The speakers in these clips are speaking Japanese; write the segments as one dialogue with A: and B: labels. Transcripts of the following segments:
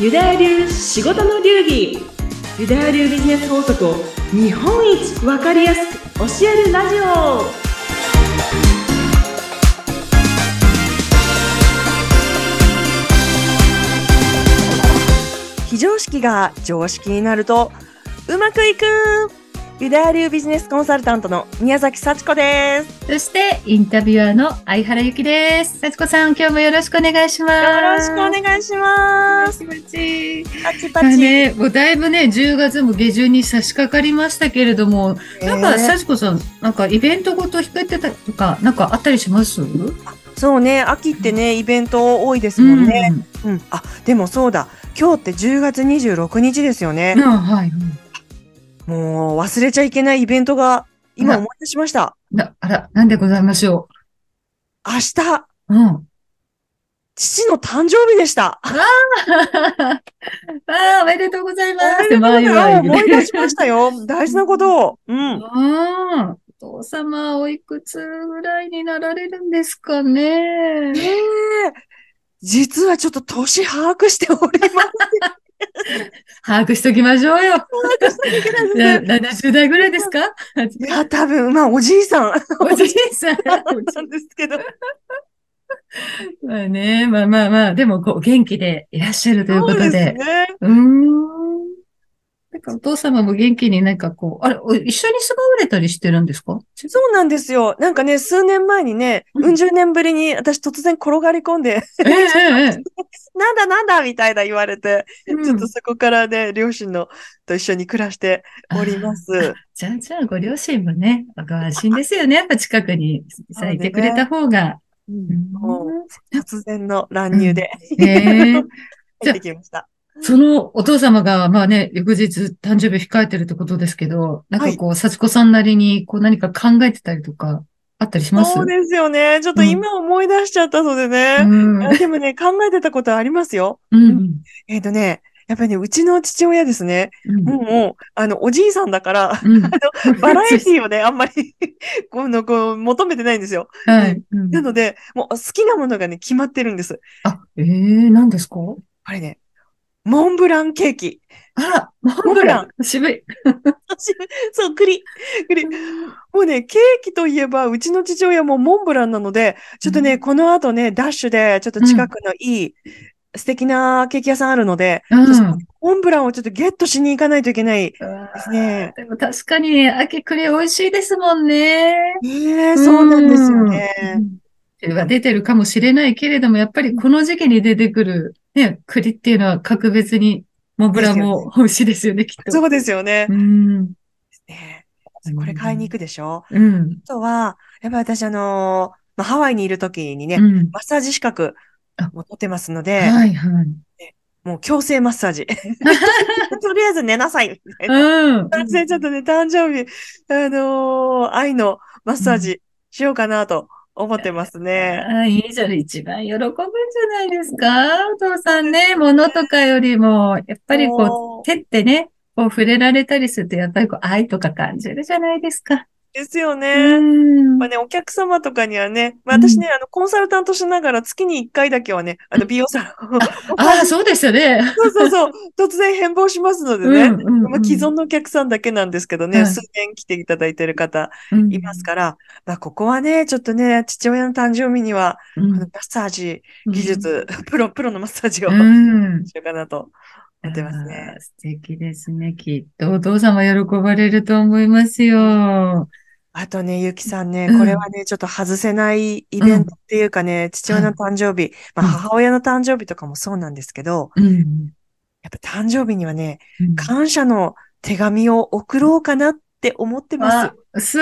A: ユダヤ流仕事の流儀ユダヤ流ビジネス法則を日本一わかりやすく教えるラジオ
B: 非常識が常識になるとうまくいくユダヤ流ビジネスコンサルタントの宮崎幸子です
C: そしてインタビュアーの相原由紀です。幸子さん、今日もよろしくお願いしま
B: よろし
C: す。
B: くお願いします
C: します。気持ちいい。
B: パチパ
C: まあ
B: チ、
C: ね、もうだいぶね、10月も下旬に差し掛かりましたけれども、なんか
B: ね
C: 幸子さん、なんかイベントごと控えてたとか、なんかあったりします
B: そうね秋ってねイベント多いですもんね、うんあでもそうだ今日って10月26日ですよね
C: うん、、あはい。
B: もう忘れちゃいけないイベントが今思い出しました
C: なあら、なんでございましょ
B: 明日
C: う。うん。
B: 父の誕生日で した。
C: ああ、おめでとうございます。
B: 思い出
C: す。
B: しましたよ。大事なことを。 うん。
C: うん。お父様、おいくつぐらいになられるんですかね。
B: ええ実はちょっと年把握しておりま
C: 把握しときましょうよ。
B: せん。
C: 70代ぐらいですか
B: いや、多分、まあ、おじいさん
C: おじいさん。
B: なんですけど。
C: まあね、まあまあまあ、でもこう元気でいらっしゃるということ
B: そう
C: で。
B: ですね。
C: うーん。なんかお父様も元気になんかこう、あれ、お一緒に住まわれたりしてるんです か
B: そうなんですよ。なんかね、数年前にね、
C: うん
B: うん十年ぶりに私突然転がり込んで、
C: えええ
B: なんだなんだみたいな言われて、
C: え。
B: ちょっとそこからね、両親のと一緒に暮らしておりま
C: あー
B: す。
C: じゃあじゃあご両親もね、ご安心ですよね。やっぱ近くに咲いてくれた方が。
B: うん
C: うん
B: も突然の乱入で
C: ええ
B: 入ってきました。
C: そのお父様が、まあね、翌日誕生日控えてるってことですけど、なんかこう、幸子さんなりに、こう何か考えてたりとか、あったりします
B: そうですよね。ちょっと今思い出しちゃったので
C: う
B: ね。
C: ん。
B: あでもね、考えてたことはありますよ。
C: うん。
B: えっ、とね、やっぱりね、うちの父親ですね。
C: うん。
B: もう、あの、おじいさんだから、
C: うん。
B: バラエティーをね、あんまり この、こう、求めてないんですよ。
C: はい。うん
B: なので、もう好きなものがね、決まってるんです。
C: あ、ええー、何ですか
B: これね、モンブランケーキ。
C: あら、モ
B: モン
C: ン
B: ブ
C: ブ
B: ラ
C: ラ
B: ン
C: ン。渋い。
B: そう、栗。栗。もうね、ケーキといえば、うちの父親もモンブランなので、ちょっとね、
C: うん
B: この後ね、ダッシュで、ちょっと近くのいい、素敵なケーキ屋さんあるので、
C: うん。
B: ちょっとモンブランをちょっとゲットしに行かないといけないで
C: あ
B: す
C: ー
B: ね。
C: でも確かに、秋栗美味しいですもんね。
B: ねえ、そうなんですよ
C: う
B: ね。
C: ん。手は出てるかもしれないけれども、やっぱりこの時期に出てくる、ね、栗っていうのは格別に、モンブランも美味しいですよね、きっと。
B: そうですよね
C: う。ん。
B: ねえこれ買いに行くでしょ
C: うん。
B: あとは、やっぱり私あのーまあ、ハワイにいる時にね、
C: うん。
B: マッサージ資格
C: あ
B: も取ってますので、
C: はいはい。
B: もう強制マッサー ジ。とりあえず寝なさい。みたいな
C: うん。
B: 男性ちょっとね、誕生日、あのー愛のマッサージしようかなと思ってますね。
C: あいいじゃん。一番喜ぶんじゃないですか。お父さんね、物とかよりも、やっぱりこう、
B: も
C: 手ってね、こう触れられたりすると、やっぱりこう、愛とか感じるじゃないですか。
B: うですよ
C: う
B: ね。
C: ん
B: まあ。ね、お客様とかにはね、まあ、
C: うん
B: 私ね、あの、コンサルタントしながら月に1回だけはね、あの、美容さん を、
C: ああ、そうですよね。
B: そうそうそう、突然変貌しますので
C: う
B: ね、
C: んうんうん
B: まあ、既存のお客さんだけなんですけど
C: は
B: ね、
C: い
B: 数年来ていただいてる方
C: うん
B: いますから、まあ、ここはね、ちょっとね、父親の誕生日には、
C: う
B: こ
C: ん
B: のマッサージ、技術、プロ、プロのマッサージを、
C: うん。
B: しようかなと思ってますね
C: あ。ー素敵ですね。きっとお父様喜ばれると思いますよ。
B: あとね、ゆきさんね、
C: うん
B: これはね、ちょっと外せないイベントっていうかね、父親の誕生日、まあ
C: うん
B: 母親の誕生日とかもそうなんですけど、
C: うん。
B: やっぱ誕生日にはね、
C: うん
B: 感謝の手紙を送ろうかなって思ってます
C: あ。、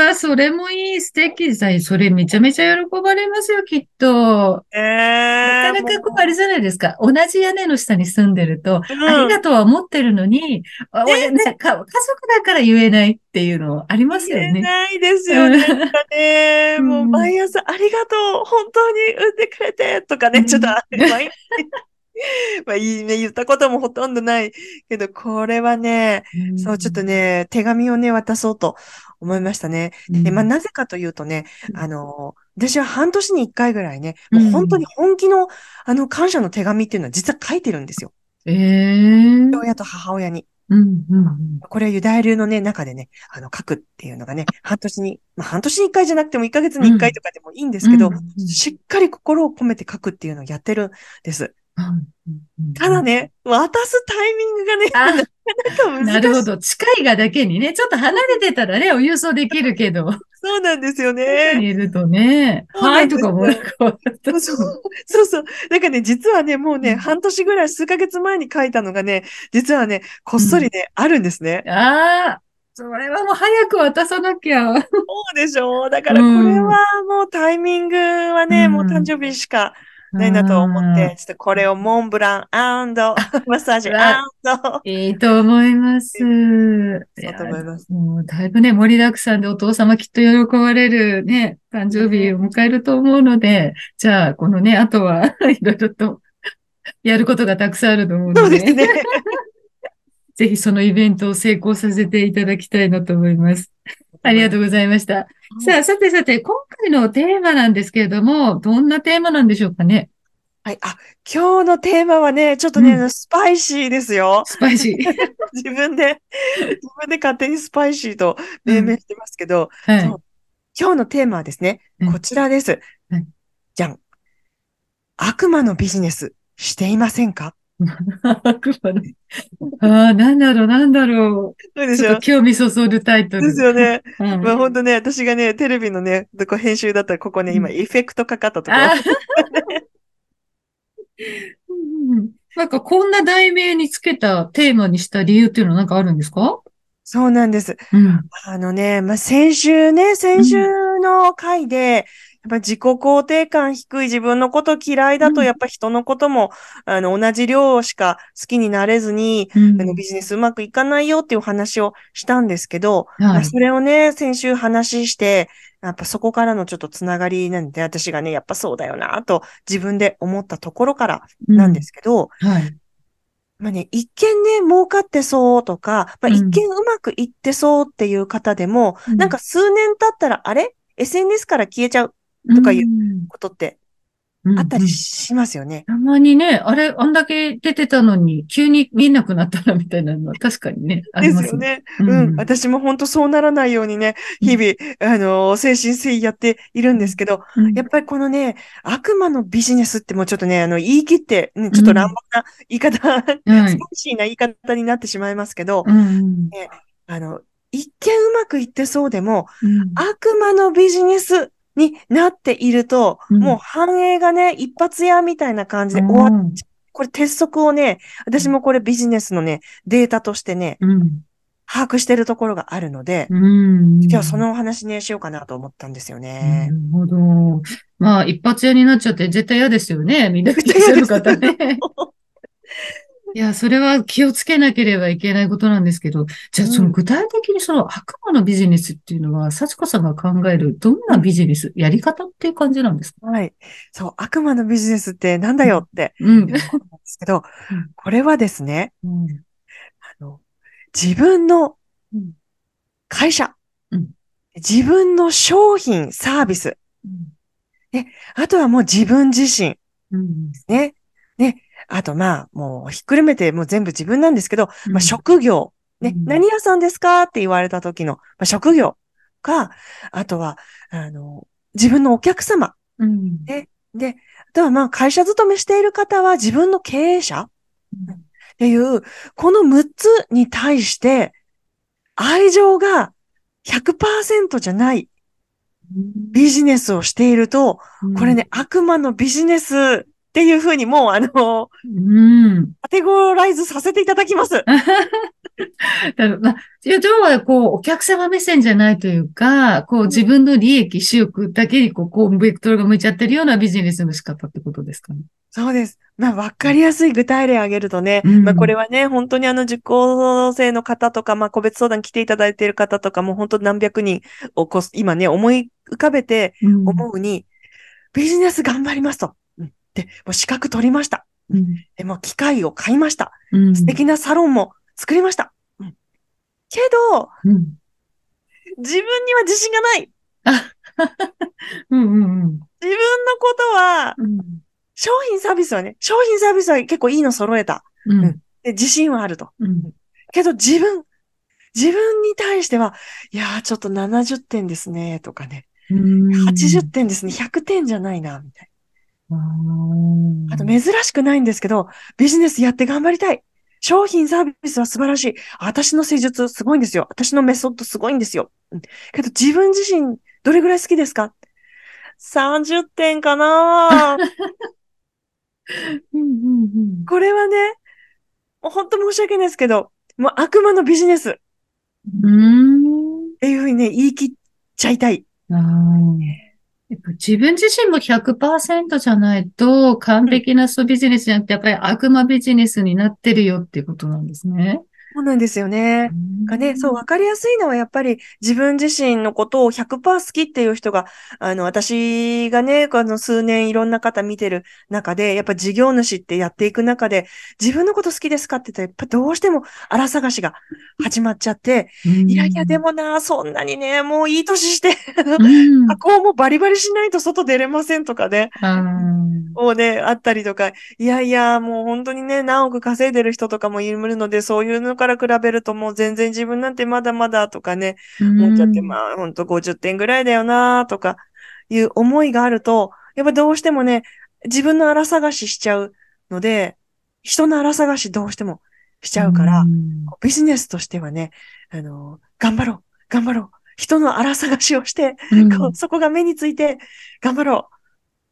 C: さあ、それもいい、素敵さ。それめちゃめちゃ喜ばれますよ、きっと。
B: え
C: な
B: え
C: かなかこう、あれじゃないですか。同じ屋根の下に住んでると、あり
B: と
C: がとうは思ってるのに、あ俺なんか家族だから言えないっていうのありますよね。
B: ないですよね。
C: うん
B: なんかね、
C: うん
B: もう毎朝ありがとう、本当に産んでくれて、とかね、
C: うん
B: ちょっと、毎 まあいいね、言ったこともほとんどないけど、これはね、そう、ちょっとね、手紙をね、渡そうと思いましたね。
C: うん。
B: で、まあ、なぜかというとね、あの、私は半年に一回ぐらいね、
C: う
B: も
C: ん
B: う本当に本気の、あの、感謝の手紙っていうのは実は書いてるんですよ。
C: ええ
B: 父親と母親に。
C: うん、うん、うん。
B: これはユダヤ流のね、中でね、あの、書くっていうのがね、半年に、まあ、半年に一回じゃなくても1ヶ月に1回とかでもいいんですけど、
C: うんうん
B: しっかり心を込めて書くっていうのをやってるんです。
C: うんうん
B: ただね、渡すタイミングが ね、
C: あ
B: なんか難しい。
C: なるほど。近いがだけにね、ちょっと離れてたらね、お郵送できるけど、
B: そうなんですよ
C: 近くに
B: ね。
C: いるとね、
B: そうな
C: は
B: ん
C: い
B: で
C: と
B: す
C: かもなんか、
B: そうそうそうそう。なんかね、実はね、もうね、
C: うん
B: 半年ぐらい、数ヶ月前に書いたのがね、実はね、こっそりね、あるんですね。
C: ああ、それはもう早く渡さなきゃ。
B: そうでしょう。だからこ
C: うん
B: れはもうタイミングはね、
C: うん
B: もう誕生日しかないなと思って、ちょっとこれをモンブランマッサージ
C: うわ
B: そ
C: いいと思います。いうや
B: と思います。
C: もうだいぶね、盛りだくさんでお父様きっと喜ばれるね、誕生日を迎えると思うので、じゃあ、このね、あとは いろいろとやることがたくさんあると思う
B: そう
C: の
B: で
C: で、
B: すね。
C: ぜひそのイベントを成功させていただきたいなと思います。 ありがとうございました。
B: い
C: さあ、さてさて、今回のテーマなんですけれども、どんなテーマなんでしょうかね
B: はい。あ、今日のテーマはね、ちょっとね、
C: うん
B: あのスパイシーですよ。
C: スパイシ ー。
B: 自分で、自分で勝手にスパイシーと命名してますけど、
C: はい
B: そう。今日のテーマはですね
C: う、ん
B: こちらです。
C: うん
B: じゃん。悪魔のビジネスしていませんか
C: 悪魔の。ああ、なんだろう、なんだろ
B: そう
C: う。
B: で
C: ち
B: し
C: ょっ
B: ょ
C: と興味そそるタイトル。
B: ですよね。
C: はい
B: まあ本当ね、私がね、テレビのね、どこ編集だったら、ここね、今、
C: うん
B: エフェクトかかったところ。
C: あ うんうんなんかこんな題名につけたテーマにした理由っていうのはなんかあるんですか
B: そうなんです。
C: うん。
B: あのね、まあ先週ね、先週の回で、やっぱ自己肯定感低い自分のこと嫌いだと、
C: うん
B: やっぱ人のことも、あの、同じ量しか好きになれずに、
C: うん
B: あのビジネスうまくいかないよっていうお話をしたんですけど、ま
C: は
B: あ
C: い。。
B: それをね、先週話して、やっぱそこからのちょっとつながりなんで、私がね、やっぱそうだよなと自分で思ったところからなんですすけど、
C: はい。
B: まあね、一見ね、儲かってそうとか、まあ、
C: うん
B: 一見うまくいってそうっていう方でも、なんか数年経ったら、あれ ?SNS から消えちゃう
C: うん、
B: とかいう
C: う
B: ことって
C: ん
B: あったり
C: うん
B: しますよね。
C: たまにね、あれ、あんだけ出てたのに、急に見なくなったらみたいなのは確かにね、あり
B: で
C: ますす
B: よ。ね。
C: う
B: うん。
C: ん。
B: 私も本当そうならないようにね、
C: うん
B: 日々、あのー、精神誠意やっているんですけど、
C: うん
B: やっぱりこのね、悪魔のビジネスってもうちょっとね、あの、言い切って、ねちょっと乱暴な言い方、
C: は
B: ス
C: い
B: パ。イシーな言い方になってしまいますけど、
C: うん。
B: あの、一見うまくいってそうでも、
C: うん
B: 悪魔のビジネスになっていると、
C: うん
B: もう反映がね、一発屋みたいな感じで終わっこれ鉄則をね、私もこれビジネスのね、データとしてね、
C: うん。
B: 把握してるところがあるので、
C: うん。
B: 今日はそのお話ね、しようかなと思ったんですよ
C: な
B: ね。
C: るほど。まあ、一発屋になっちゃって絶対嫌ですよね。みんな来てらっしゃる方ね。いや、それは気をつけなければいけないことなんですけど、じゃあ、
B: うん
C: その具体的にその悪魔のビジネスっていうのは、幸子さんが考えるどんなビジネス、やり方っていう感じなんですか
B: はい。そう、悪魔のビジネスってなんだよって
C: うん
B: 思うんですけど
C: うん、
B: これはですね、
C: うん。
B: あの自分の
C: うん
B: 会社
C: うん、
B: 自分の商品、サービス、あとはもう自分自身、
C: うん。
B: ね。ね。あと、まあ、もう、ひっくるめて、もう全部自分なんですけど、まあ、
C: ショッ
B: 職業。ね。
C: うん
B: 何屋さんですかって言われた時の、まあ、職業か、あとは、あの、自分のお客様。
C: うん。
B: で、あとは、まあ、会社勤めしている方は自分の経営者っていう、この6つに対して、愛情が100%じゃないビジネスをしていると、これね、悪魔のビジネスっていうふうにもう、あの、
C: うん。
B: カテゴライズさせていただきます。
C: だからまあ、要は、こう、お客様目線じゃないというか、こう、自分の利益、私欲だけに、こう、こう、ベクトルが向いちゃってるようなビジネスの仕方ってことですかね。
B: そうです。まあ、わかりやすい具体例挙げるとね、
C: うん
B: まあ、これはね、本当にあの、受講生の方とか、まあ、個別相談来ていただいている方とか、もう本当何百人をこう今ね、思い浮かべて
C: うん
B: 思うに、ビジネス頑張りますと。うんで、もう資格取りました。
C: うん。
B: でもう機械を買いました。
C: うん。
B: 素敵なサロンも作りました。うんけど、
C: うん。
B: 自分には自信がない。
C: うんうん
B: 自
C: うん
B: 分のことは、
C: うん。
B: 商品サービスはね、商品サービスは結構いいの揃えた。
C: うん。
B: で自信はあると。
C: うん。
B: けど自分、自分に対しては、いやーちょっと70点ですね、とかね。
C: うん
B: 80点ですね、100点じゃないな、みたいな。あと珍しくないんですけど、ビジネスやって頑張りたい。商品サービスは素晴らしい。私の施術すごいんですよ。私のメソッドすごいんですよ。うんけど自分自身どれぐらい好きですか ?30 点かな
C: うんうんうん
B: これはね、もう本当申し訳ないですけど、もう悪魔のビジネスっ
C: うん。
B: ていうふうにね、言い切っちゃいたい。
C: あーやっぱ自分自身も100%じゃないと完璧なそうビジネスじゃなくて、やっぱり悪魔ビジネスになってるよっていうことなんですね。
B: そうなんですよね。がね、そう、わかりやすいのはやっぱり自分自身のことを100%好きっていう人が、あの、私がね、あの、数年いろんな方見てる中で、やっぱ事業主ってやっていく中で、自分のこと好きですかって言ったら、やっぱどうしても荒探しが始まっちゃって、
C: うん。
B: いやいや、でもな、そんなにね、もういい年して、
C: うん、
B: 加工もバリバリしないと外出れませんとかね。
C: あー
B: をね、あったりとか、いやいや、もう本当にね、何億稼いでる人とかもいるので、そういうのから比べるともう全然自分なんてまだまだとかね、思っちゃって、まあ本当50点ぐらいだよなとかいう思いがあると、やっぱどうしてもね、自分の荒探ししちゃうので、人の荒探しどうしてもしちゃうから、
C: うん
B: ビジネスとしてはね、あの、頑張ろう、頑張ろう。人の荒探しをして、こうそこが目について、頑張ろう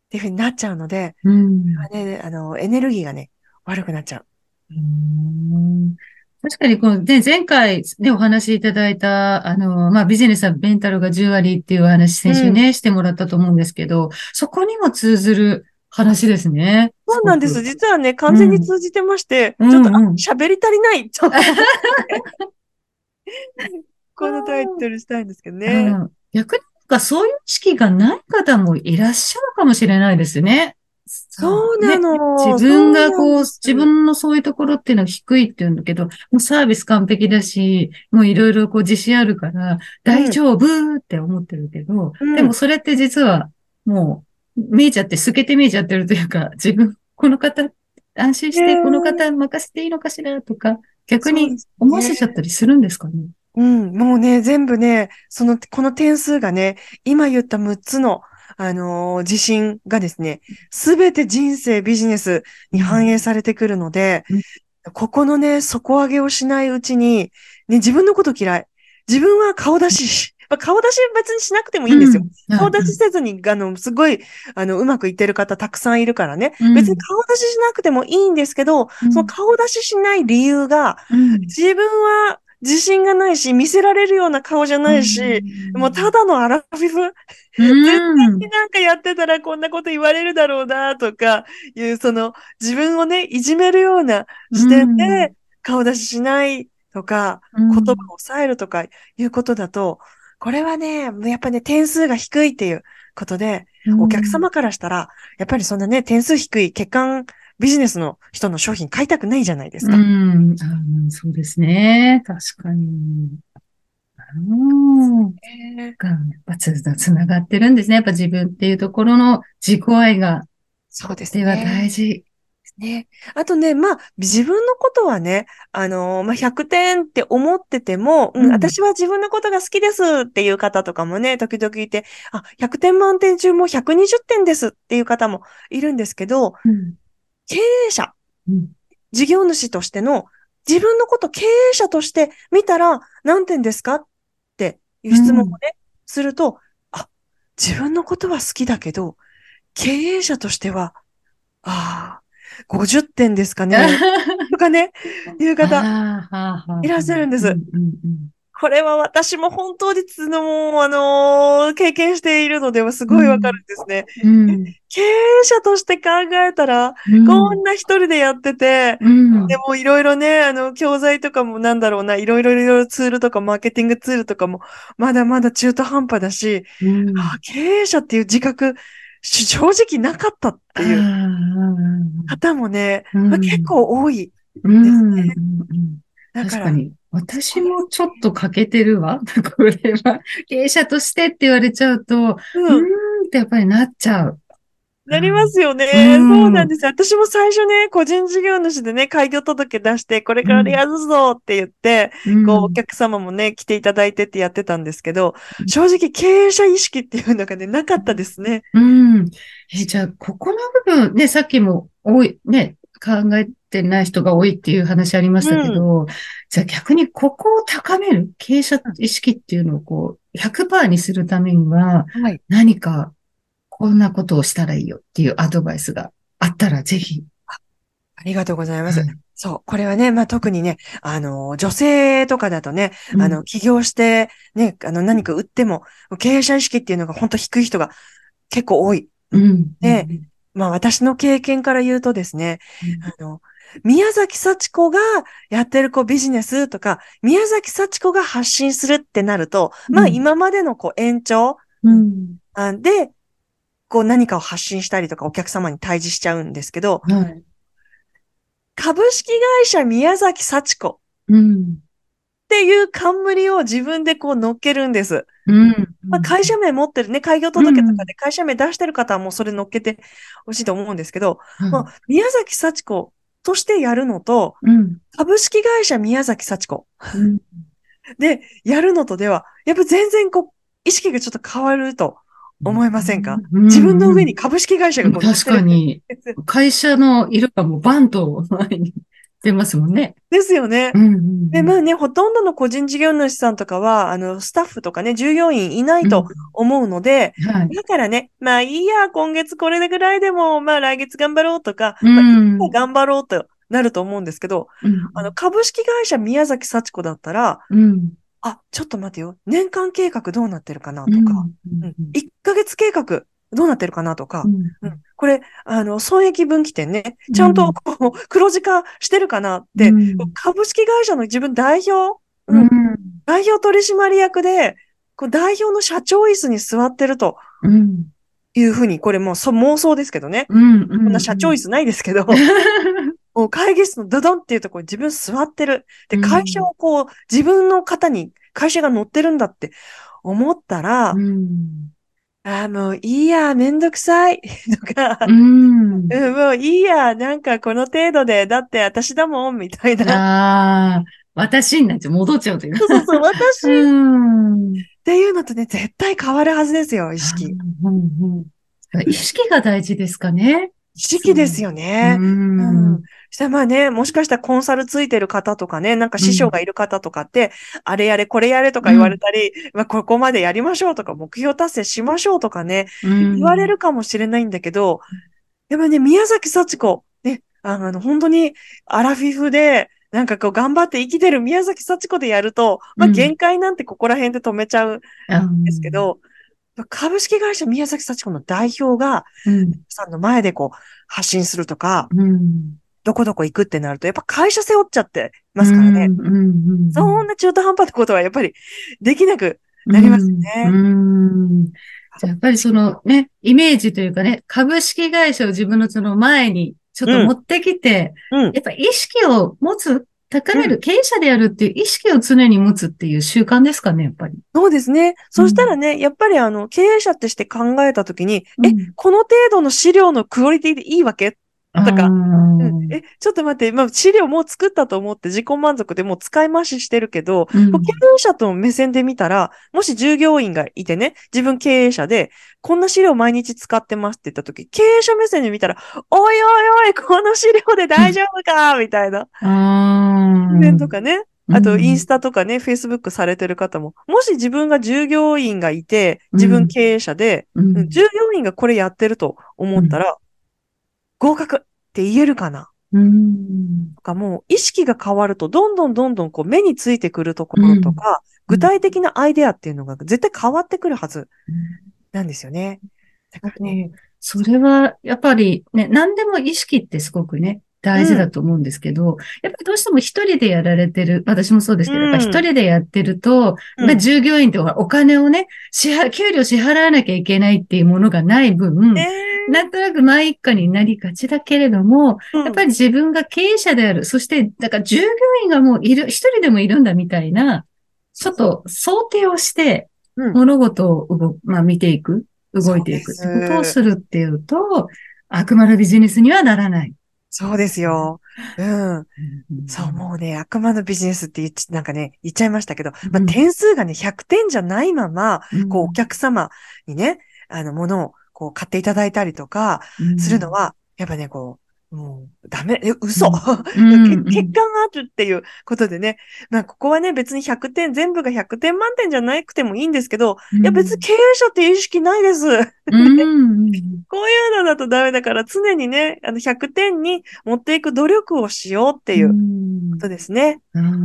B: っていうふうになっちゃうので、
C: うん
B: まあね、あの、エネルギーがね、悪くなっちゃう。
C: うん確かにこの、ね、前回でお話しいただいた、あの、まあ、ビジネスはメンタルが10割っていうお話、先週ね、してもらったと思うんですけど、そこにも通ずる話ですね。
B: そうなんです。
C: ごく
B: 実はね、完全に通じてまして、
C: うん
B: ちょっと、あ
C: うんうん
B: 喋り足りないと 思って。このタイトルしたいんですけど
C: う
B: ね。
C: ん逆になんかそういう意識がない方もいらっしゃるかもしれないですね。
B: そうな
C: ね
B: の。
C: 自分がこ
B: そうなん
C: う、自
B: です
C: 分のそういうところっていうのは低いって言うんだけど、もうサービス完璧だし、もういろいろこう自信あるから、大丈夫って思ってるけど、
B: うん
C: でもそれって実はもう見えちゃって、透けて見えちゃってるというか、自分、この方、安心し
B: ね
C: て
B: え
C: この方任せていいのかしらとか、
B: そ
C: 逆
B: う
C: に
B: ですね
C: 思わせちゃったりするんですかね。
B: うん、もうね、全部ね、その、この点数がね、今言った6つの、あのー自信がですね、すべて人生、ビジネスに反映されてくるので
C: うん、
B: ここのね、底上げをしないうちに、ね、自分のこと嫌い。自分は顔出しし、まあ顔出し別にしなくてもいいんですよ。
C: うん。
B: 顔出しせずに、あの、すごい、あの、うまくいってる方たくさんいるからね。
C: うん
B: 別に顔出ししなくてもいいんですけど、
C: うん
B: その顔出ししない理由が、
C: うん
B: 自分は自信がないし、見せられるような顔じゃないし、もうただのアラフィフ
C: うん、
B: なんかやってたらこんなこと言われるだろうなとかいう、その自分をね、いじめるような視点
C: う
B: で顔出ししないとか、
C: うん
B: 言葉を抑えるとかいうことだと、これはね、やっぱね、点数が低いっていうことで、お客様からしたら、やっぱりそんなね、点数低い欠陥ビジネスの人の商品買いたくないじゃないですか。
C: うん、あのそうですね。確かに。うん。がやっぱつつながってるんですね。やっぱ自分っていうところの自己愛が、
B: そうです
C: では大事。
B: ね。あとね、まあ、自分のことはね、あのーまあ、100点って思ってても、うん
C: うん
B: 私は自分のことが好きですっていう方とかもね、時々いて、あ、100点満点中もう120点ですっていう方もいるんですけど、
C: うん。
B: 経営者、
C: うん
B: 事業主としての、自分のこと経営者として見たら何点ですかっていう質問をね、すると、あ、自分のことは好きだけど、経営者としては、ああ、50点ですかね。とかね、いう方、
C: 方
B: いらっしゃるんです
C: うんうん
B: これは私も本当につのもう、あのー経験しているのではすごいわかるんですね。
C: うんうん
B: 経営者として考えたら、
C: うん
B: こんな一人でやってて、
C: うん
B: でもいろいろね、あの、教材とかもなんだろうな、いろいろいろいろツールとかマーケティングツールとかも、まだまだ中途半端だし、
C: うん
B: あ経営者っていう自覚、し正直なかったってい
C: あ
B: う
C: ー
B: 方もね、
C: うん
B: まあ結構多い。
C: うん
B: です
C: うん
B: ね
C: うん
B: だ
C: 確
B: か、
C: からに。私もちょっと欠けてるわ。 これは。経営者としてって言われちゃうと、う
B: う
C: ー
B: ん
C: んってやっぱりなっちゃう。
B: なりますよね。
C: うん
B: そうなんですよ。私も最初ね、個人事業主でね、開業届出して、これからやるぞって言って、
C: うん
B: こう、お客様もね、来ていただいてってやってたんですけど、正直経営者意識っていうのがね、なかったですね。
C: うん。え、じゃあ、ここの部分、ね、さっきも多い、ね、考えてない人が多いっていう話ありましたけど、じゃあ逆にここを高める、経営者意識っていうのをこう、100%にするためには、
B: はい。
C: 何かこんなことをしたらいいよっていうアドバイスがあったらぜひ。
B: ありがとうございます。
C: うん
B: そう。これはね、まあ、特にね、あの、女性とかだとね、あの、起業して、ね、あの、何か売っても、経営者意識っていうのが本当低い人が結構多い。
C: うん、
B: ねまあ、私の経験から言うとですね、あの、宮崎幸子がやってるこうビジネスとか、宮崎幸子が発信するってなると、まあ
C: うん
B: 今までのこう延長
C: うん。
B: あで、こう何かを発信したりとかお客様に対峙しちゃうんですけど、
C: うん。はい。
B: 株式会社宮崎幸子っ
C: うん。
B: ていう冠を自分でこう乗っけるんです。
C: うん。
B: まあ、会社名持ってるね、開業届とかで会社名出してる方はもうそれ乗っけてほしいと思うんですけど、
C: うん
B: まあ、宮崎幸子としてやるのと、
C: うん。
B: 株式会社宮崎幸子
C: うん。
B: で、やるのとでは、やっぱ全然こう、意識がちょっと変わると思いませんか、
C: うん
B: 自分の上に株式会社がこう乗って
C: 確
B: る
C: かに。
B: です
C: 会社の色がもうバンと前に出ますもんね。
B: ですよね。
C: うんうん
B: で、まあね、ほとんどの個人事業主さんとかは、あの、スタッフとかね、従業員いないと思うので、
C: はい。
B: だからね、まあいいや、今月これぐらいでも、まあ来月頑張ろうとか、
C: う
B: まあ、
C: ん
B: 一回頑張ろうとなると思うんですけど、
C: うん
B: あの、株式会社宮崎幸子だったら、
C: うん。
B: あ、ちょっと待てよ、年間計画どうなってるかなと
C: うん
B: か、うん1ヶ月計画どうなってるかなとか
C: う、ん
B: うんこれ、あの、損益分岐点ね、ちゃんとこう黒字化してるかなって、
C: うん
B: 株式会社の自分代表、
C: う
B: うんん代表取締役で、こう代表の社長椅子に座ってると
C: うん
B: いうふうに、これもうそ妄想ですけどね。
C: うんうん
B: こんな社長椅子ないですけど、 もう会議室のドドンっていうところに自分座ってる。で、
C: うん
B: 会社をこう、自分の方に会社が乗ってるんだって思ったら、
C: うん
B: あーもういいや、めんどくさい、とか、
C: うん
B: うん、もういいや、なんかこの程度で、だって私だもん、みたいな。
C: ああ、私になっちゃう戻っちゃうという
B: そうそうそう、私っ
C: うん
B: ていうのとね、絶対変わるはずですよ、意識。
C: うんうん意識が大事ですかね。
B: 意識ですよね。
C: うん
B: うん。そしたらまあね、もしかしたらコンサルついてる方とかね、なんか師匠がいる方とかって、あれやれ、これやれとか言われたり、まあここまでやりましょうとか、目標達成しましょうとかね、
C: うん
B: 言われるかもしれないんだけど、でもね、宮崎幸子、ね、あの、本当にアラフィフで、なんかこう頑張って生きてる宮崎幸子でやると、まあ
C: うん
B: 限界なんてここら辺で止めちゃうん
C: うん
B: ですけど、株式会社宮崎幸子の代表が、
C: うん
B: さんの前でこう発信するとか、
C: うん
B: どこどこ行くってなると、やっぱ会社背負っちゃってますからね。
C: うんうんうん
B: そんな中途半端なことはやっぱりできなくなりますね
C: うん。うんじゃあやっぱりそのね、イメージというかね、株式会社を自分のその前にちょっと持ってきて、
B: うん
C: やっぱ意識を持つ、高める、経営者であるっていう意識を常に持つっていう習慣ですかね、やっぱり。
B: そうですね。そしたらね、やっぱりあの、経営者ってして考えたときに、え、
C: うん
B: この程度の資料のクオリティでいいわけ、とか
C: あー
B: うんえ、ちょっと待って、まあ、資料もう作ったと思って自己満足でもう使い回ししてるけど、
C: うん
B: 経営者との目線で見たら、もし従業員がいてね、自分経営者で、こんな資料毎日使ってますって言ったとき、経営者目線で見たら、おいおいおい、この資料で大丈夫かみたいな。
C: あー
B: 面とかね。あと、インスタ
C: タ。
B: とかね、フェイスブックされてる方も、もし自分が従業員がいて、
C: うん
B: 自分経営者で、
C: うん
B: うん従業員がこれやってると思ったら、合格って言えるかな
C: うん
B: とか、もう意識が変わると、どんどんどんどんこう目についてくるところとか、
C: うん
B: 具体的なアイデアっていうのが絶対変わってくるはずなんですよね。だからね、
C: ねそれは、やっぱりね、何でも意識ってすごくね、大事だと思うんですけど、やっぱりどうしても一人でやられてる、私もそうですけど、
B: うん
C: やっぱ一人でやってると、
B: うん
C: まあ従業員ってほらお金をね、支払、給料支払わなきゃいけないっていうものがない分、
B: ね
C: なんとなく毎一家になりがちだけれども、
B: うん
C: やっぱり自分が経営者である、そして、だから従業員がもういる、一人でもいるんだみたいな、ちょっと想定をして、
B: うん
C: 物事を動く、まあ見ていく。動いていくってことをするっていうと、悪魔のビジネスにはならない。
B: そうですよ。うん。そう、
C: う。
B: もうね、悪魔のビジネスって言っち、なんかね、言っちゃいましたけど、ま
C: う
B: あ、
C: ん
B: 点数がね、100点じゃないまま、こう、お客様にね、あの、ものを、こう、買っていただいたりとか、
C: うん
B: するの、は、やっぱね、こう、もう、ダメ、え、嘘、
C: う
B: け
C: うん
B: 欠陥があるっていうことでね。まあ、ここはね、別に100点、全部が100点満点じゃなくてもいいんですけど、いや、別に、経営者って意識ないです。
C: うんうん
B: こういうのだとダメだから、常にね、あの、100点に持っていく努力をしようっていううんことですね。
C: ああ、なる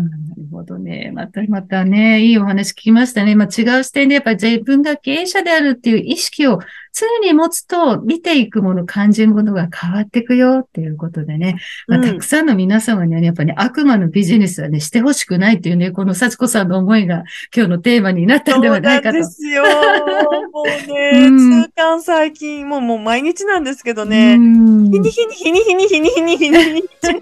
C: ほどね。またまたね、いいお話聞きましたね。まあ、違う視点で、やっぱり自分が経営者であるっていう意識を常に持つと、見ていくもの、感じるものが変わっていくよっていうことでね。まあ、
B: うん
C: たくさんの皆様にはね、やっぱり、ね、悪魔のビジネスはね、してほしくないっていうね、この幸子さんの思いが今日のテーマになったんではないかと
B: そう。んですよ。もう
C: うん
B: ね、痛感最近、もう、もう毎日なんですけどね。
C: うん
B: 日に日に日に日に日に日に日に日に日に日に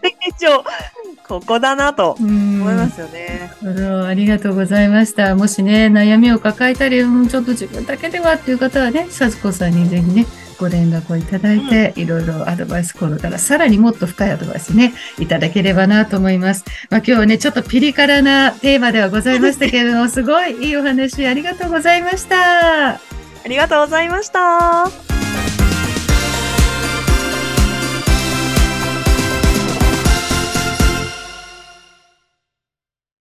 B: ここだなと
C: うん
B: 思いますよね。
C: なるほどありがとうございました。もしね、悩みを抱えたり、うんちょっと自分だけではっていう方はね、幸子さんにぜひね、ご連絡をいただいて、いろいろアドバイスコールから、さらにもっと深いアドバイスね、いただければなと思います。まあ今日はね、ちょっとピリ辛なテーマではございましたけれども、すごいいいお話ありがとうございました。
B: ありがとうございました。